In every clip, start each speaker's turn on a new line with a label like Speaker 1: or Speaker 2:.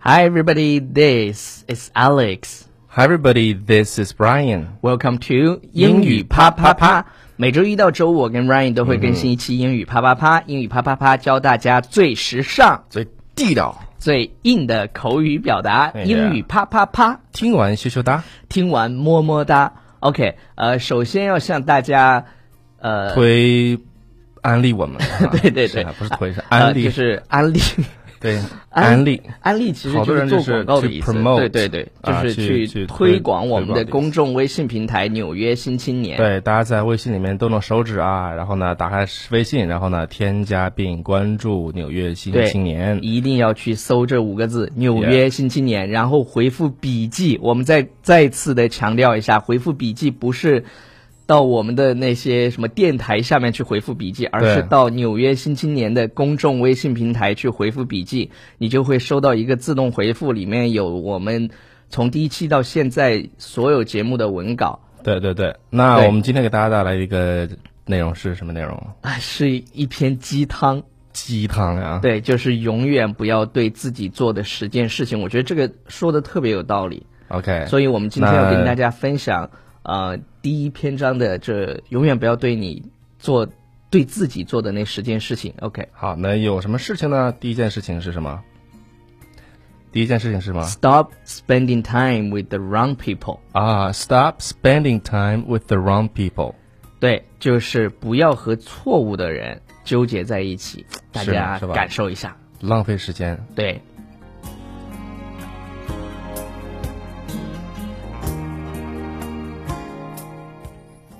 Speaker 1: Hi, everybody. This is Alex.
Speaker 2: Hi, everybody. This is Brian.
Speaker 1: Welcome to 英
Speaker 2: 英语
Speaker 1: 语
Speaker 2: 啪
Speaker 1: 啪啪
Speaker 2: 啪啪
Speaker 1: 啪。每周一到周五，我跟 Ryan 都会更新一期英语啪啪
Speaker 2: 嗯
Speaker 1: 啪。英语啪啪啪教大家最时尚、
Speaker 2: 最地道，
Speaker 1: 最硬的口语表达。
Speaker 2: 哎对呀
Speaker 1: 英语啪啪啪，
Speaker 2: 听完羞羞哒，
Speaker 1: 听完么么哒。OK，呃，首先要向大家，呃，
Speaker 2: 推安利 我们。
Speaker 1: 对对
Speaker 2: 是
Speaker 1: 对
Speaker 2: 啊，不是推是
Speaker 1: 呃
Speaker 2: 安利，
Speaker 1: 就是安利。
Speaker 2: 对 安利。
Speaker 1: 安利其实
Speaker 2: 好
Speaker 1: 就
Speaker 2: 多
Speaker 1: 是
Speaker 2: 人
Speaker 1: 做
Speaker 2: 就是
Speaker 1: 广告的
Speaker 2: to
Speaker 1: 意思，
Speaker 2: promote，
Speaker 1: 对对对，就
Speaker 2: 啊
Speaker 1: 是
Speaker 2: 去
Speaker 1: 推
Speaker 2: 去推
Speaker 1: 广我们
Speaker 2: 推广
Speaker 1: 的
Speaker 2: 的意思
Speaker 1: 公众微信平台《纽约新青年》。
Speaker 2: 对，大家在微信里面动动手指啊，然后呢，打开微信，然后呢，添加并关注《纽约新
Speaker 1: 对
Speaker 2: 青年》。
Speaker 1: 一定要去搜这五个字“纽约新青年”，然后回复“笔记”。我们再再次的强调一下，回复“笔记”不是到我们的那些什么电台下面去回复笔记，而
Speaker 2: 对
Speaker 1: 是到纽约新青年的公众微信平台去回复笔记，你就会收到一个自动回复，里面有我们从第一期到现在所有节目的文稿。
Speaker 2: 对对对，那
Speaker 1: 对
Speaker 2: 我们今天给大家带来一个内容是什么内容？
Speaker 1: 啊，是一篇鸡汤。
Speaker 2: 鸡汤啊。
Speaker 1: 对，就是永远不要对自己做的十件事情，我觉得这个说的特别有道理。
Speaker 2: ，OK，
Speaker 1: 所以我们今天
Speaker 2: 那
Speaker 1: 要跟大家分享，呃，第一篇章的这永远不要对你做对自己做的那十件事情。OK，start、
Speaker 2: 好，那有什么事情呢？第一件事情是什么？第一件事情是什么？
Speaker 1: Stop spending time with the wrong people。
Speaker 2: 啊，Stop spending time with the wrong people。
Speaker 1: 对，就是不要和错误的人纠结在一起。大
Speaker 2: 是的
Speaker 1: 家
Speaker 2: 是吧
Speaker 1: 感受一下。
Speaker 2: 浪费时间。
Speaker 1: 对。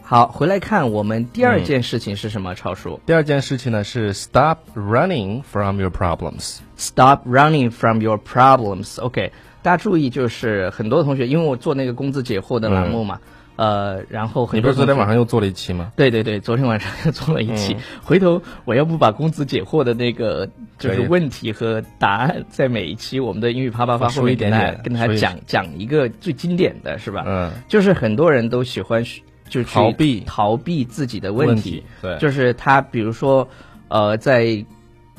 Speaker 1: 好，回来看我们第
Speaker 2: 嗯
Speaker 1: 二件事情是什么？超叔
Speaker 2: 第二件事情呢是 stop running from your problems。
Speaker 1: ，Stop running from your problems。OK，大家注意，就是很多同学，因为我做那个工资解惑的栏目嘛，呃，然后很
Speaker 2: 嗯你不
Speaker 1: 多
Speaker 2: 是昨天
Speaker 1: 同学
Speaker 2: 晚上又嗯做了一期吗？
Speaker 1: 对对对，昨天晚上又做了一期。回头我要不把公子解惑的那个就
Speaker 2: 可
Speaker 1: 是
Speaker 2: 以
Speaker 1: 问题和答案，在每一期我们的英语啪啪啪
Speaker 2: 我
Speaker 1: 后
Speaker 2: 说
Speaker 1: 面
Speaker 2: 一
Speaker 1: 跟
Speaker 2: 点
Speaker 1: 大家
Speaker 2: 点
Speaker 1: 跟大家
Speaker 2: 说一
Speaker 1: 讲讲一个最经典的是吧？
Speaker 2: 嗯，
Speaker 1: 就是很多人都喜欢去就去
Speaker 2: 逃避
Speaker 1: 逃避自己的
Speaker 2: 问
Speaker 1: 题，
Speaker 2: 题对，
Speaker 1: 就是他比如说呃在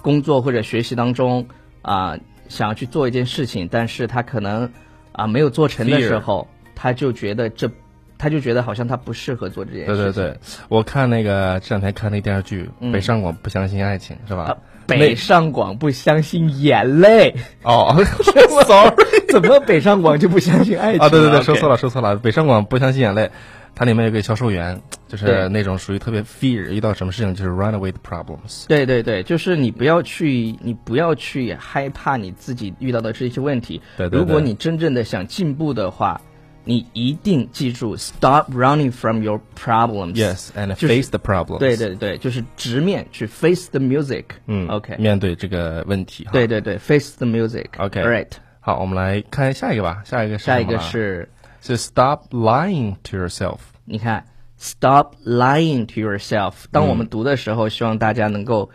Speaker 1: 工作或者学习当中啊、想要去做一件事情，但是他可能啊、没有做成的
Speaker 2: Fear
Speaker 1: 时候，他就觉得这他就觉得好像他不适合做这件事
Speaker 2: 对
Speaker 1: 情。
Speaker 2: 对对，我看那个这两天看那电视剧
Speaker 1: 嗯啊
Speaker 2: 《北上广不相信爱情》是吧？
Speaker 1: 北上广不相信眼 泪，
Speaker 2: 哦，sorry
Speaker 1: 怎么北上广就不相信爱情
Speaker 2: 啊，对对对，说错
Speaker 1: 了。
Speaker 2: 了说错了，《北上广不相信眼泪》，它里面有个销售员，就是
Speaker 1: 对
Speaker 2: 那种属于特别 fear，遇到什么事情就是 run away the problems。
Speaker 1: 对对对，就是你不要去，你不要去害怕你自己遇到的这些问题。
Speaker 2: 对对对
Speaker 1: 如果你真正的想进步的话，你一定记住，stop running from your problems。
Speaker 2: Yes，and
Speaker 1: 就是
Speaker 2: face the problems。
Speaker 1: 对，对对，就是直面去 face the music。
Speaker 2: 嗯
Speaker 1: ，OK，
Speaker 2: 面对这个问题哈。
Speaker 1: 对对对，face the music。
Speaker 2: OK
Speaker 1: a l right，
Speaker 2: 好，我们来看下一个吧，下一个是
Speaker 1: 下一个
Speaker 2: 什么了啊
Speaker 1: 是，
Speaker 2: 是 stop lying to yourself。
Speaker 1: 你看，stop lying to yourself。当我
Speaker 2: 嗯
Speaker 1: 们读的时候，希望大家能够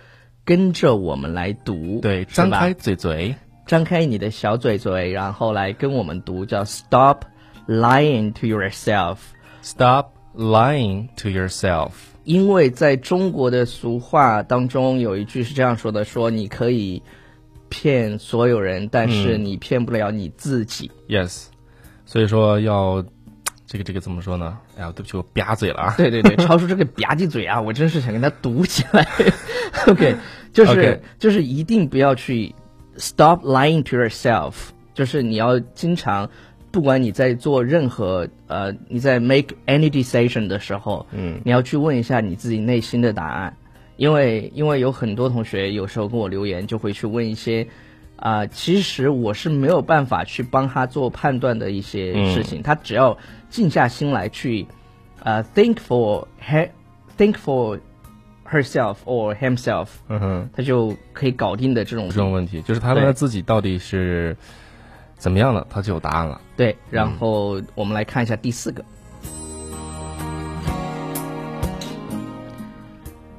Speaker 1: 跟着我们来读，
Speaker 2: 对，
Speaker 1: 是吧
Speaker 2: 张开嘴嘴。
Speaker 1: 张开你的小嘴嘴，然后来跟我们读，叫 stop lying to yourself。
Speaker 2: Stop lying to yourself.
Speaker 1: 因为在中国的俗话当中有一句是这样说的：说你可以骗所有人，但是你骗不了你自己。
Speaker 2: Yes，所以说要这个这个怎么说呢？哎呀，对不起，我吧嘴了啊。
Speaker 1: 对对对， 超叔这个吧唧嘴啊，我真是想跟他堵起来。OK，就是就是一定不要去 stop lying to yourself，就是你要经常，不管你在做任何呃你在 make any decision 的时候，嗯，你要去问一下你自己内心的答案，因为因为有很多同学有时候跟我留言就会去问一些。啊、其实我是没有办法去帮他做判断的一些事情，他只要静下心来去，呃、t h i n k for he think for herself or himself，
Speaker 2: 嗯哼，
Speaker 1: 他就可以搞定的这种
Speaker 2: 这种问题就是他问他自己到底是怎么样了，他就有答案了。
Speaker 1: 对。
Speaker 2: 嗯
Speaker 1: 然后我们来看一下第四个，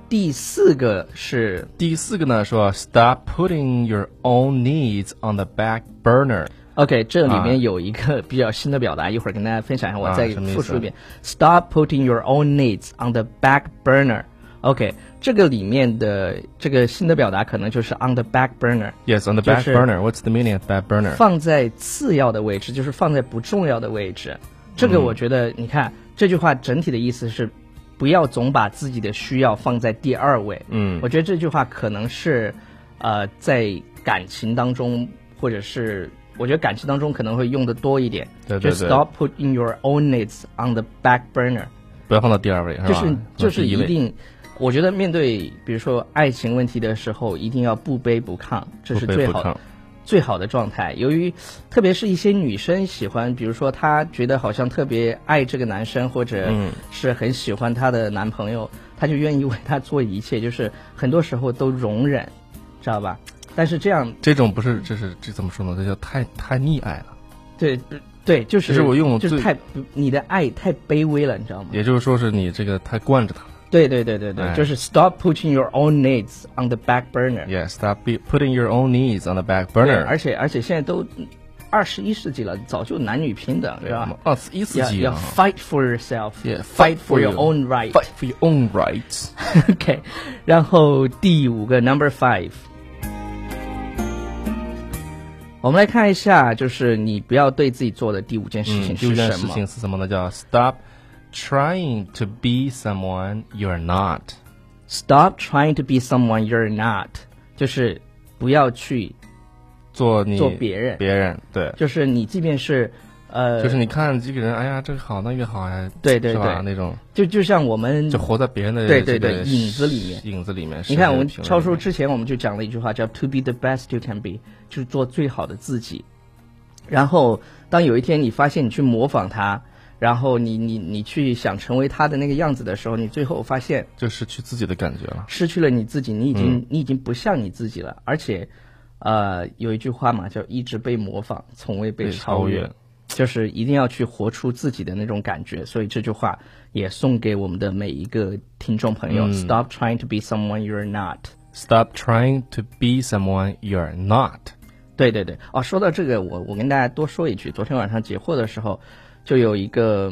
Speaker 1: 第四个是
Speaker 2: 第四个呢，说 Stop putting your own needs on the back burner。
Speaker 1: OK，这里
Speaker 2: 啊
Speaker 1: 面有一个比较新的表达，一会儿跟大家分享一下，我
Speaker 2: 啊
Speaker 1: 再
Speaker 2: 什么意
Speaker 1: 复述
Speaker 2: 思
Speaker 1: 一遍。Stop putting your own needs on the back burner。 OK，这个里面的这个新的表达可能就是 on the back burner，
Speaker 2: Yes, on the
Speaker 1: 就
Speaker 2: back
Speaker 1: 是
Speaker 2: burner. What's the meaning of back burner?
Speaker 1: 放在次要的位置，就是放在不重要的位置。这
Speaker 2: 嗯
Speaker 1: 个我觉得，你看这句话整体的意思是，不要总把自己的需要放在第二位。
Speaker 2: 嗯
Speaker 1: 我觉得这句话可能是，呃，在感情当中，或者是我觉得感情当中可能会用的多一点。
Speaker 2: 对
Speaker 1: 就
Speaker 2: 对对
Speaker 1: stop putting your own needs on the back burner。
Speaker 2: 不要放到第二位，啊是
Speaker 1: 就
Speaker 2: 吧？
Speaker 1: 是就
Speaker 2: 放到
Speaker 1: 是
Speaker 2: 第一
Speaker 1: 一
Speaker 2: 位。
Speaker 1: 定，我觉得面对比如说爱情问题的时候，一定要不卑不亢，这是
Speaker 2: 不卑
Speaker 1: 最
Speaker 2: 不
Speaker 1: 好
Speaker 2: 亢
Speaker 1: 最好的状态。由于特别是一些女生喜欢，比如说她觉得好像特别爱这个男生，或者
Speaker 2: 嗯
Speaker 1: 是很喜欢她的男朋友，她就愿意为他做一切，就是很多时候都容忍，知道吧？但是这样
Speaker 2: 这种不是，这是这怎么说呢？这叫太太溺爱了。
Speaker 1: 对对，就是
Speaker 2: 其实我用
Speaker 1: 就是
Speaker 2: 最
Speaker 1: 太你的爱太卑微了，你知道吗？
Speaker 2: 也就是说，是你这个太惯着他了。
Speaker 1: 对对对对对，
Speaker 2: 哎
Speaker 1: 就是 stop putting your own needs on the back burner。
Speaker 2: Yes, stop be putting your own needs on the back
Speaker 1: 对
Speaker 2: burner.
Speaker 1: 而且而且现在都二十一世纪了，早就男女平等，是吧？
Speaker 2: 二十一世
Speaker 1: 啊要
Speaker 2: 纪
Speaker 1: 要
Speaker 2: 啊
Speaker 1: fight for yourself，
Speaker 2: Yeah,
Speaker 1: fight
Speaker 2: fight
Speaker 1: for
Speaker 2: for
Speaker 1: your
Speaker 2: your-
Speaker 1: own right。
Speaker 2: ，fight for your own rights.
Speaker 1: OK，然后第五个 number five，我们来看一下，就是你不要对自己做的第五件事情
Speaker 2: 嗯第五
Speaker 1: 是
Speaker 2: 件
Speaker 1: 什
Speaker 2: 事
Speaker 1: 么？
Speaker 2: 情是什么呢？叫 Stop trying to be someone you're not。
Speaker 1: Stop trying to be someone you're not，就是不要去，
Speaker 2: 做你
Speaker 1: 做别人
Speaker 2: 别人对，
Speaker 1: 就是你即便是呃，
Speaker 2: 就是你看这个人，哎呀，这个好，那个好，哎，
Speaker 1: 对对
Speaker 2: 是吧
Speaker 1: 对
Speaker 2: 那种
Speaker 1: 就就像我们
Speaker 2: 就活在别人的
Speaker 1: 对对
Speaker 2: 这个
Speaker 1: 对影子里面
Speaker 2: 影子里面。
Speaker 1: 你看，我们
Speaker 2: 是
Speaker 1: 超叔之前我们就讲了一句话，叫 “to be the best you can be”，就是做最好的自己。然后，当有一天你发现你去模仿他，然后你你你去想成为他的那个样子的时候，你最后发现
Speaker 2: 就失去自己的感觉了。
Speaker 1: 失去了你自己，你已
Speaker 2: 嗯
Speaker 1: 经、你已经不像你自己了。而且，呃，有一句话嘛，叫“一直被模仿，从未被
Speaker 2: 被
Speaker 1: 超
Speaker 2: 超
Speaker 1: 越”，
Speaker 2: 越
Speaker 1: 就是一定要去活出自己的那种感觉。所以这句话也送给我们的每一个听众朋
Speaker 2: 嗯
Speaker 1: 友、s t o p trying to be someone you're not。
Speaker 2: Stop trying to be someone you're not。
Speaker 1: 对对对，哦，说到这个，我我跟大家多说一句，昨天晚上解惑的时候，就有一个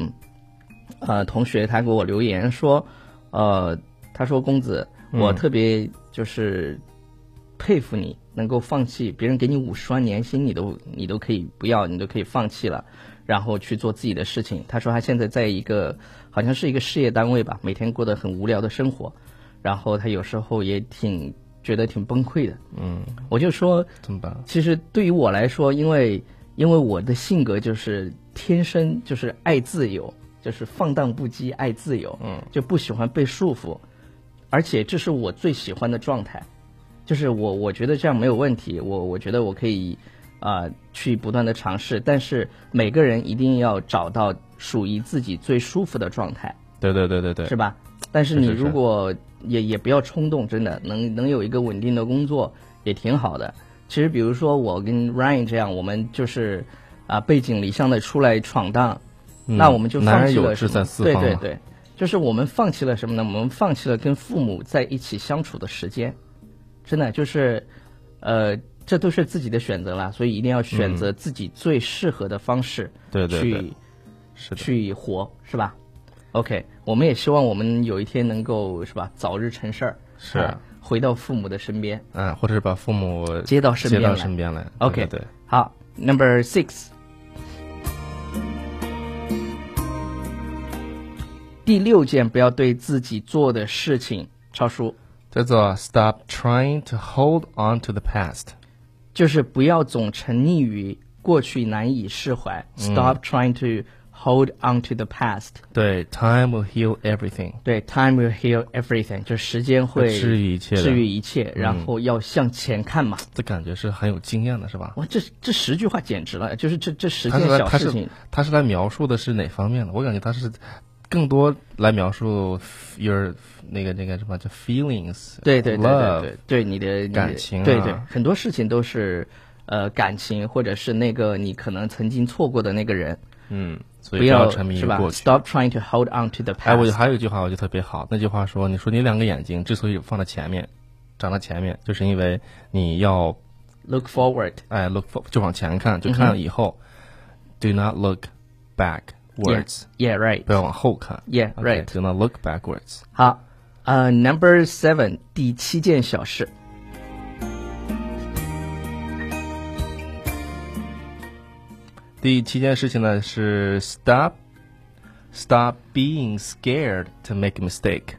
Speaker 1: 呃同学他给我留言说，呃，他说公子，我特别就是佩服你能够放弃，别人给你五十万年薪，你都你都可以不要，你都可以放弃了。然后去做自己的事情。他说他现在在一个好像是一个事业单位吧，每天过得很无聊的生活，然后他有时候也挺觉得挺崩溃的。
Speaker 2: 嗯，
Speaker 1: 我就说，
Speaker 2: 怎么办？
Speaker 1: 其实对于我来说，因为因为我的性格就是天生就是爱自由，就是放荡不羁，爱自由，嗯，就不喜欢被束缚，而且这是我最喜欢的状态，就是我我觉得这样没有问题，我我觉得我可以啊、呃去不断的尝试，但是每个人一定要找到属于自己最舒服的状态。
Speaker 2: 对对对对对
Speaker 1: 是，吧？但是你
Speaker 2: 是是
Speaker 1: 如果也也不要冲动，真的能能有一个稳定的工作也挺好的。其实比如说我跟 Ryan 这样，我们就是啊、背井离乡的出来闯荡，
Speaker 2: 嗯
Speaker 1: 那我们就
Speaker 2: 男
Speaker 1: 放
Speaker 2: 人
Speaker 1: 弃
Speaker 2: 有
Speaker 1: 了
Speaker 2: 志
Speaker 1: 什
Speaker 2: 在
Speaker 1: 么？
Speaker 2: 四
Speaker 1: 对
Speaker 2: 方
Speaker 1: 对
Speaker 2: 嘛。
Speaker 1: 对，就是我们放弃了什么呢？我们放弃了跟父母在一起相处的时间，真的就是呃，这都是自己的选择啦，所以一定要选择自己最适合的方式
Speaker 2: 对对
Speaker 1: 去。
Speaker 2: 对，是的。
Speaker 1: 去活，是吧？OK，我们也希望我们有一天能够是吧，早日成事儿，
Speaker 2: 是
Speaker 1: 哎回到父母的身边。
Speaker 2: 嗯，或者是把父母
Speaker 1: 接到身边
Speaker 2: 接到
Speaker 1: 来
Speaker 2: 身边来。对
Speaker 1: OK，
Speaker 2: 对对。
Speaker 1: 好，Number six，第六件不要对自己做的事情，超叔
Speaker 2: 叫做 Stop trying to hold on to the past。
Speaker 1: 就是不要总沉溺于过去难以释怀。Stop
Speaker 2: 嗯
Speaker 1: trying to hold on to the past
Speaker 2: 对，Time will heal everything。
Speaker 1: 对。time will heal everything，就是时间会
Speaker 2: 治愈一切的嗯
Speaker 1: 治愈一切，然后要向前看嘛。
Speaker 2: 这感觉是很有经验的，是吧？
Speaker 1: 哇，这这十句话简直了，就是这这十
Speaker 2: 他
Speaker 1: 件
Speaker 2: 是来
Speaker 1: 小
Speaker 2: 他
Speaker 1: 事
Speaker 2: 是
Speaker 1: 情，
Speaker 2: 他是来描述的是哪方面的？我感觉他是更多来描述 f- your 那个那个什么叫 feelings，
Speaker 1: 对对对对
Speaker 2: love
Speaker 1: 对，对你的你的
Speaker 2: 感情啊
Speaker 1: 对对，很多事情都是呃感情，或者是那个你可能曾经错过的那个人，
Speaker 2: 嗯，所以
Speaker 1: 不
Speaker 2: 不要
Speaker 1: 要
Speaker 2: 沉迷
Speaker 1: 是
Speaker 2: 于
Speaker 1: 吧
Speaker 2: 过去。
Speaker 1: ？Stop trying to hold on to the
Speaker 2: 哎，我
Speaker 1: past。
Speaker 2: 还有一句话，我觉得特别好，那句话说，你说你两个眼睛之所以放在前面，长在前面，就是因为你要
Speaker 1: Look forward，
Speaker 2: 哎 look for 就往前看，就看了以后、d o not look backwards，
Speaker 1: yeah right，yeah
Speaker 2: 不要往后看
Speaker 1: Yeah,
Speaker 2: OK，
Speaker 1: right
Speaker 2: do not look backwards。
Speaker 1: 好，呃、n u m b e r seven，第七件小事。
Speaker 2: 第七件事情呢是 stop stop being scared to make a mistake，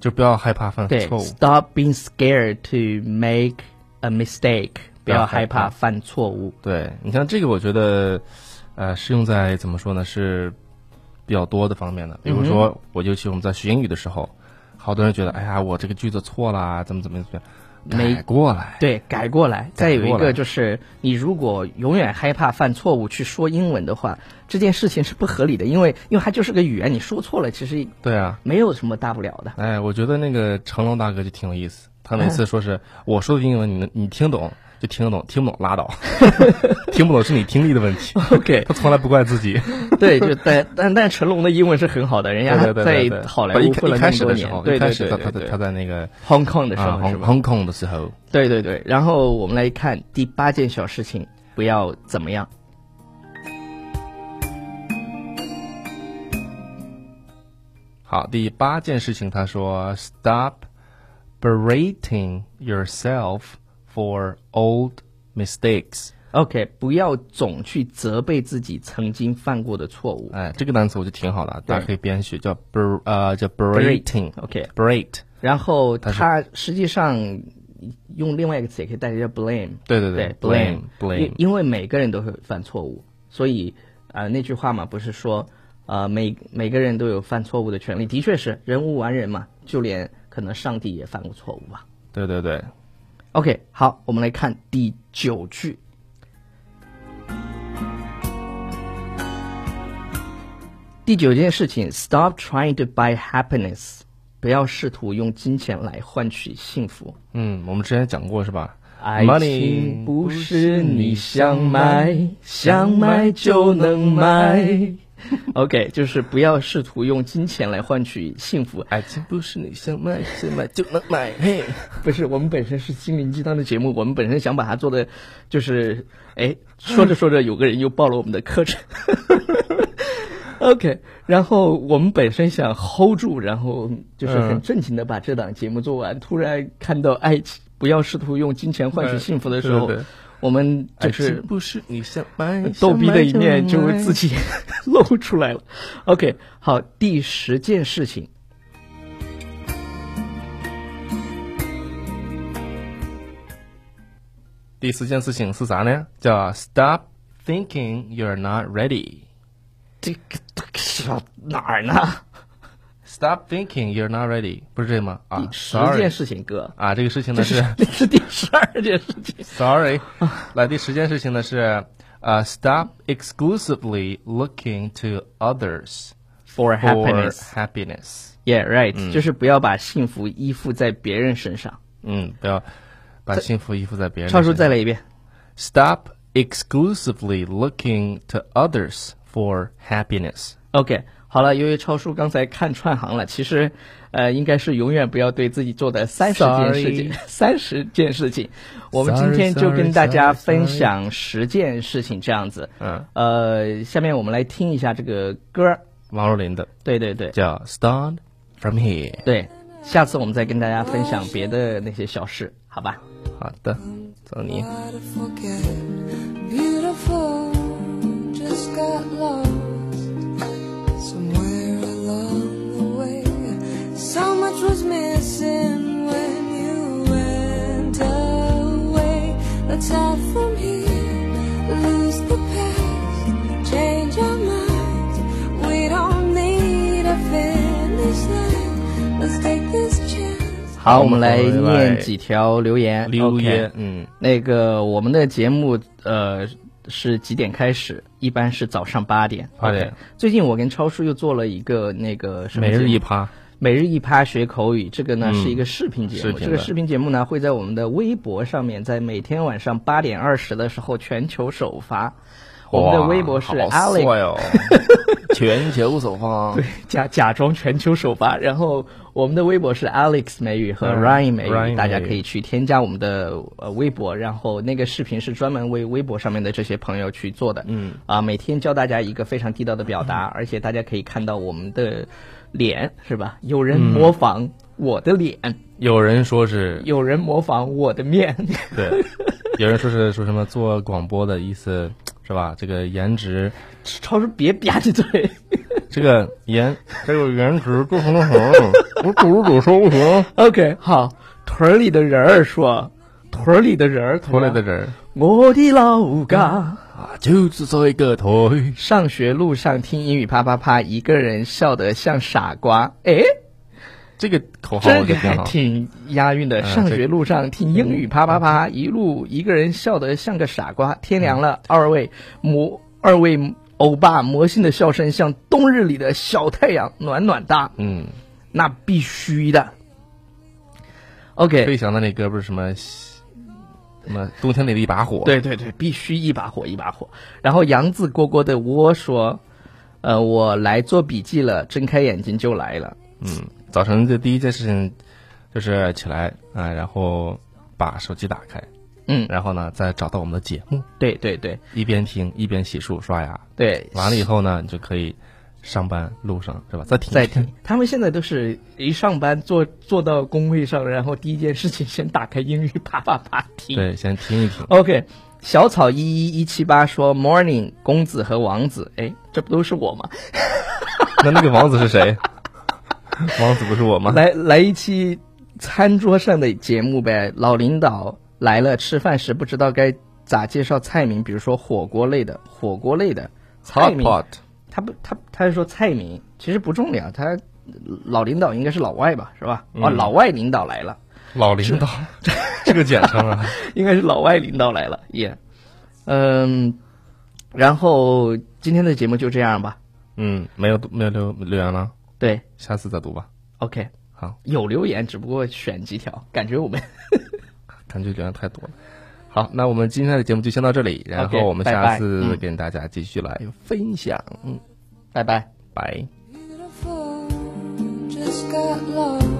Speaker 2: 就不要害怕犯
Speaker 1: 对
Speaker 2: 错误。
Speaker 1: ，Stop being scared to make a mistake，不要害怕犯错误。
Speaker 2: 对你像这个，我觉得，呃，是用在怎么说呢，是比较多的方面的。比如
Speaker 1: 嗯
Speaker 2: 说，我尤其我们在学英语的时候，好多人觉得，哎呀，我这个句子错啦，怎么怎么怎么样，
Speaker 1: 没
Speaker 2: 改过来。
Speaker 1: 对，改过来。再有一
Speaker 2: 过来
Speaker 1: 个就是，你如果永远害怕犯错误去说英文的话，这件事情是不合理的，因为因为它就是个语言，你说错了其实
Speaker 2: 对啊，
Speaker 1: 没有什么大不了 的。
Speaker 2: 哎，我觉得那个成龙大哥就挺有意思，他每次说是、我说的英文，你能你听懂就听得懂，听不懂 拉倒，听不懂是你听力的问题。
Speaker 1: OK，
Speaker 2: 他从来不怪自 己。
Speaker 1: 对，就但但但成龙的英文是很好的，人
Speaker 2: 对
Speaker 1: 家
Speaker 2: 对对对
Speaker 1: 在
Speaker 2: 对，
Speaker 1: 好莱
Speaker 2: 不一
Speaker 1: 坞
Speaker 2: 开
Speaker 1: 混了
Speaker 2: 一
Speaker 1: 那
Speaker 2: 开
Speaker 1: 么
Speaker 2: 始
Speaker 1: 多
Speaker 2: 的时
Speaker 1: 年
Speaker 2: 候，，一
Speaker 1: 对
Speaker 2: 开
Speaker 1: 对
Speaker 2: 始
Speaker 1: 对
Speaker 2: 他他他
Speaker 1: 对
Speaker 2: 他
Speaker 1: 对
Speaker 2: 在那个
Speaker 1: ，Hong Kong 的时
Speaker 2: 啊
Speaker 1: 候是
Speaker 2: ，Hong
Speaker 1: 吧？
Speaker 2: Hong Kong 的时候，
Speaker 1: 对对对，然后我们来看第八件小事情，不要怎么样。
Speaker 2: 好，第八件事情，他说：“Stop berating yourself for old mistakes。
Speaker 1: OK，不要总去责备自己曾经犯过的错”误。
Speaker 2: 哎，这个单词我觉得挺好的啊，
Speaker 1: 对
Speaker 2: 大家可以编学，叫 ber 呃叫 berating
Speaker 1: OK，
Speaker 2: berate。
Speaker 1: 然后
Speaker 2: 它是
Speaker 1: 它实际上用另外一个词也可以代替叫 blame，
Speaker 2: 对对
Speaker 1: 对
Speaker 2: blame
Speaker 1: blame，因
Speaker 2: blame。
Speaker 1: 因为每个人都会犯错误，所以啊、呃那句话嘛，不是说呃每每个人都有犯错误的权利，的确是人无完人嘛，就连可能上帝也犯过错误吧。
Speaker 2: 对对对，
Speaker 1: OK，好，我们来看第九句。第九件事情，Stop trying to buy happiness，不要试图用金钱来换取幸福。
Speaker 2: 嗯，我们之前讲过是吧？
Speaker 1: 爱
Speaker 2: Money
Speaker 1: 情不是你想买，想买就能买。OK，就是不要试图用金钱来换取幸 福。
Speaker 2: 爱情不是你想买想买就能买，嘿，
Speaker 1: 不是，我们本身是心灵鸡汤的节目，我们本身想把它做的，就是，哎，说着说着，有个人又报了我们的课程。OK，然后我们本身想 hold 住，然后就是很
Speaker 2: 嗯
Speaker 1: 正经的把这档节目做完，突然看到爱情不要试图用金钱换取幸福的时候，
Speaker 2: 嗯对对对
Speaker 1: 我们就
Speaker 2: 爱
Speaker 1: 是
Speaker 2: 情不是你想买
Speaker 1: 逗逼的一面就
Speaker 2: 就
Speaker 1: 自己 露出来了。OK，好，第十件事情。
Speaker 2: 第四件事情是啥呢？叫 Stop thinking you're not ready。
Speaker 1: 这个这个是哪儿呢？
Speaker 2: Stop thinking you're not ready，不是这吗？啊
Speaker 1: 第十
Speaker 2: ，sorry
Speaker 1: 件事情，哥，
Speaker 2: 啊，这个事情
Speaker 1: 这
Speaker 2: 呢
Speaker 1: 是
Speaker 2: 是
Speaker 1: 这是第十二件事情。
Speaker 2: sorry，来第十件事情呢是呃，stop exclusively looking to others
Speaker 1: For 嗯
Speaker 2: for
Speaker 1: happiness,
Speaker 2: happiness。
Speaker 1: yeah, right，、就是不要把幸福依附在别人身上。
Speaker 2: 嗯，不要把幸福依附在别人身
Speaker 1: 超
Speaker 2: 上。
Speaker 1: 叔再来一遍。
Speaker 2: stop exclusively looking to others for happiness。
Speaker 1: OK，好了，由于超叔刚才看串行了，其实，呃，应该是永远不要对自己做的三十件事情， 三十件事情。我们今天就跟大家分享十件事情这样子。
Speaker 2: 嗯，
Speaker 1: 呃，下面我们来听一下这个歌儿。
Speaker 2: 王若琳的
Speaker 1: 对对对
Speaker 2: 叫 Start from here。
Speaker 1: 对，下次我们再跟大家分享别的那些小事，好吧？
Speaker 2: 好的，走你。
Speaker 3: Try to forget. Beautiful, just got lost somewhere along the way. So much was missing when you went away. Let's have from here, lose the past, change our minds. We don't need a finish line. Let's take this chance.
Speaker 1: 好，我们来
Speaker 2: 我们来
Speaker 1: 念几条留言。
Speaker 2: 留言
Speaker 1: OK，
Speaker 2: 嗯，
Speaker 1: 那个我们的节目呃是几点开始？一般是早上八点。
Speaker 2: 八点
Speaker 1: OK，最近我跟超叔又做了一个那个什么
Speaker 2: 每
Speaker 1: 节
Speaker 2: 日
Speaker 1: 目
Speaker 2: 一趴。
Speaker 1: 每日一趴学口语，这个呢、
Speaker 2: 嗯
Speaker 1: 是一个视频节
Speaker 2: 视
Speaker 1: 目。
Speaker 2: 频的
Speaker 1: 这个视频节目呢会在我们的微博上面，在每天晚上八点二十的时候全球首发。我们的微博是
Speaker 2: 哇好
Speaker 1: Alex
Speaker 2: 帅哦全球首发，
Speaker 1: 假假装全球首发。然后我们的微博是 Alex 美语和
Speaker 2: 嗯
Speaker 1: Ryan 美语，
Speaker 2: Ryan
Speaker 1: 大家
Speaker 2: 美语
Speaker 1: 可以去添加我们的呃微博，然后那个视频是专门为微博上面的这些朋友去做的。嗯，啊，每天教大家一个非常 地道的表达，而且大家可以看到我们的脸，是吧？有人模仿我的脸，
Speaker 2: 有人说是
Speaker 1: 有人模仿我的面，
Speaker 2: 对，有人说是说什么做广播的意思是吧？这个颜值，
Speaker 1: 超叔别吧唧嘴。
Speaker 2: 这个颜，这个颜值做成了什么？我主主说不行，
Speaker 1: OK，好，屯儿里的人儿说，屯儿里的人儿，
Speaker 2: 拖累的，人
Speaker 1: 我的老家。
Speaker 2: 啊，就是这个腿。
Speaker 1: 上学路上听英语啪啪啪，一个人笑得像傻瓜。哎，
Speaker 2: 这个口号
Speaker 1: 这
Speaker 2: 我觉
Speaker 1: 个
Speaker 2: 得挺
Speaker 1: 还
Speaker 2: 好。
Speaker 1: 挺押韵的。
Speaker 2: 嗯
Speaker 1: 上学路上听英语啪啪啪，一路一个人笑得像个傻瓜。天凉了，二位魔二位欧巴魔性的笑声像冬日里的小太阳，暖暖哒。
Speaker 2: 嗯，
Speaker 1: 那必须的。OK，
Speaker 2: 费翔的那歌不是什么西什么冬天里的一把火？，
Speaker 1: 对对对，必须一把火一把火。然后杨子蝈蝈的窝说：“呃，我来做笔记了，睁开眼睛就来了。
Speaker 2: 嗯，早晨的第一件事情就是起来啊、然后把手机打开，”
Speaker 1: 嗯，
Speaker 2: 然后呢再找到我们的节目，
Speaker 1: 对对对
Speaker 2: 一边听一边洗漱刷牙，
Speaker 1: 对，
Speaker 2: 完了以后呢，你就可以上班路上是吧？再听
Speaker 1: 再听。他们现在都是一上班坐坐到工位上，然后第一件事情先打开英语啪啪啪听。
Speaker 2: 对，先听一听。
Speaker 1: OK，小草一一一七八说：“Morning，公子和王子。”哎，这不都是我吗？
Speaker 2: 那那个王子 是谁？王子不是我吗？
Speaker 1: 来来一期餐桌上的节目呗。老领导来了，吃饭时不知道该咋介绍菜名，比如说火锅类的，火锅类的菜
Speaker 2: Hot
Speaker 1: 名，
Speaker 2: pot，
Speaker 1: 他不他他是说菜名，其实不重要，他老领导应该是老外吧，是吧？
Speaker 2: 嗯
Speaker 1: 哦，老外领导来了，
Speaker 2: 老领导，这个简称啊。
Speaker 1: 应该是老外领导来了，也、嗯，然后今天的节目就这样吧，
Speaker 2: 嗯，没有没有留留言了，
Speaker 1: 对
Speaker 2: 下次再读吧。
Speaker 1: ，OK，
Speaker 2: 好。
Speaker 1: 有留言，只不过选几条，感觉我们
Speaker 2: 感觉流量太多了。好，那我们今天的节目就先到这里，然后
Speaker 1: OK，
Speaker 2: 我们
Speaker 1: 拜
Speaker 2: 下
Speaker 1: 拜
Speaker 2: 次
Speaker 1: 嗯
Speaker 2: 跟大家继续来分享。嗯，
Speaker 1: 拜拜。
Speaker 2: 拜。
Speaker 3: Beautiful, just got lost.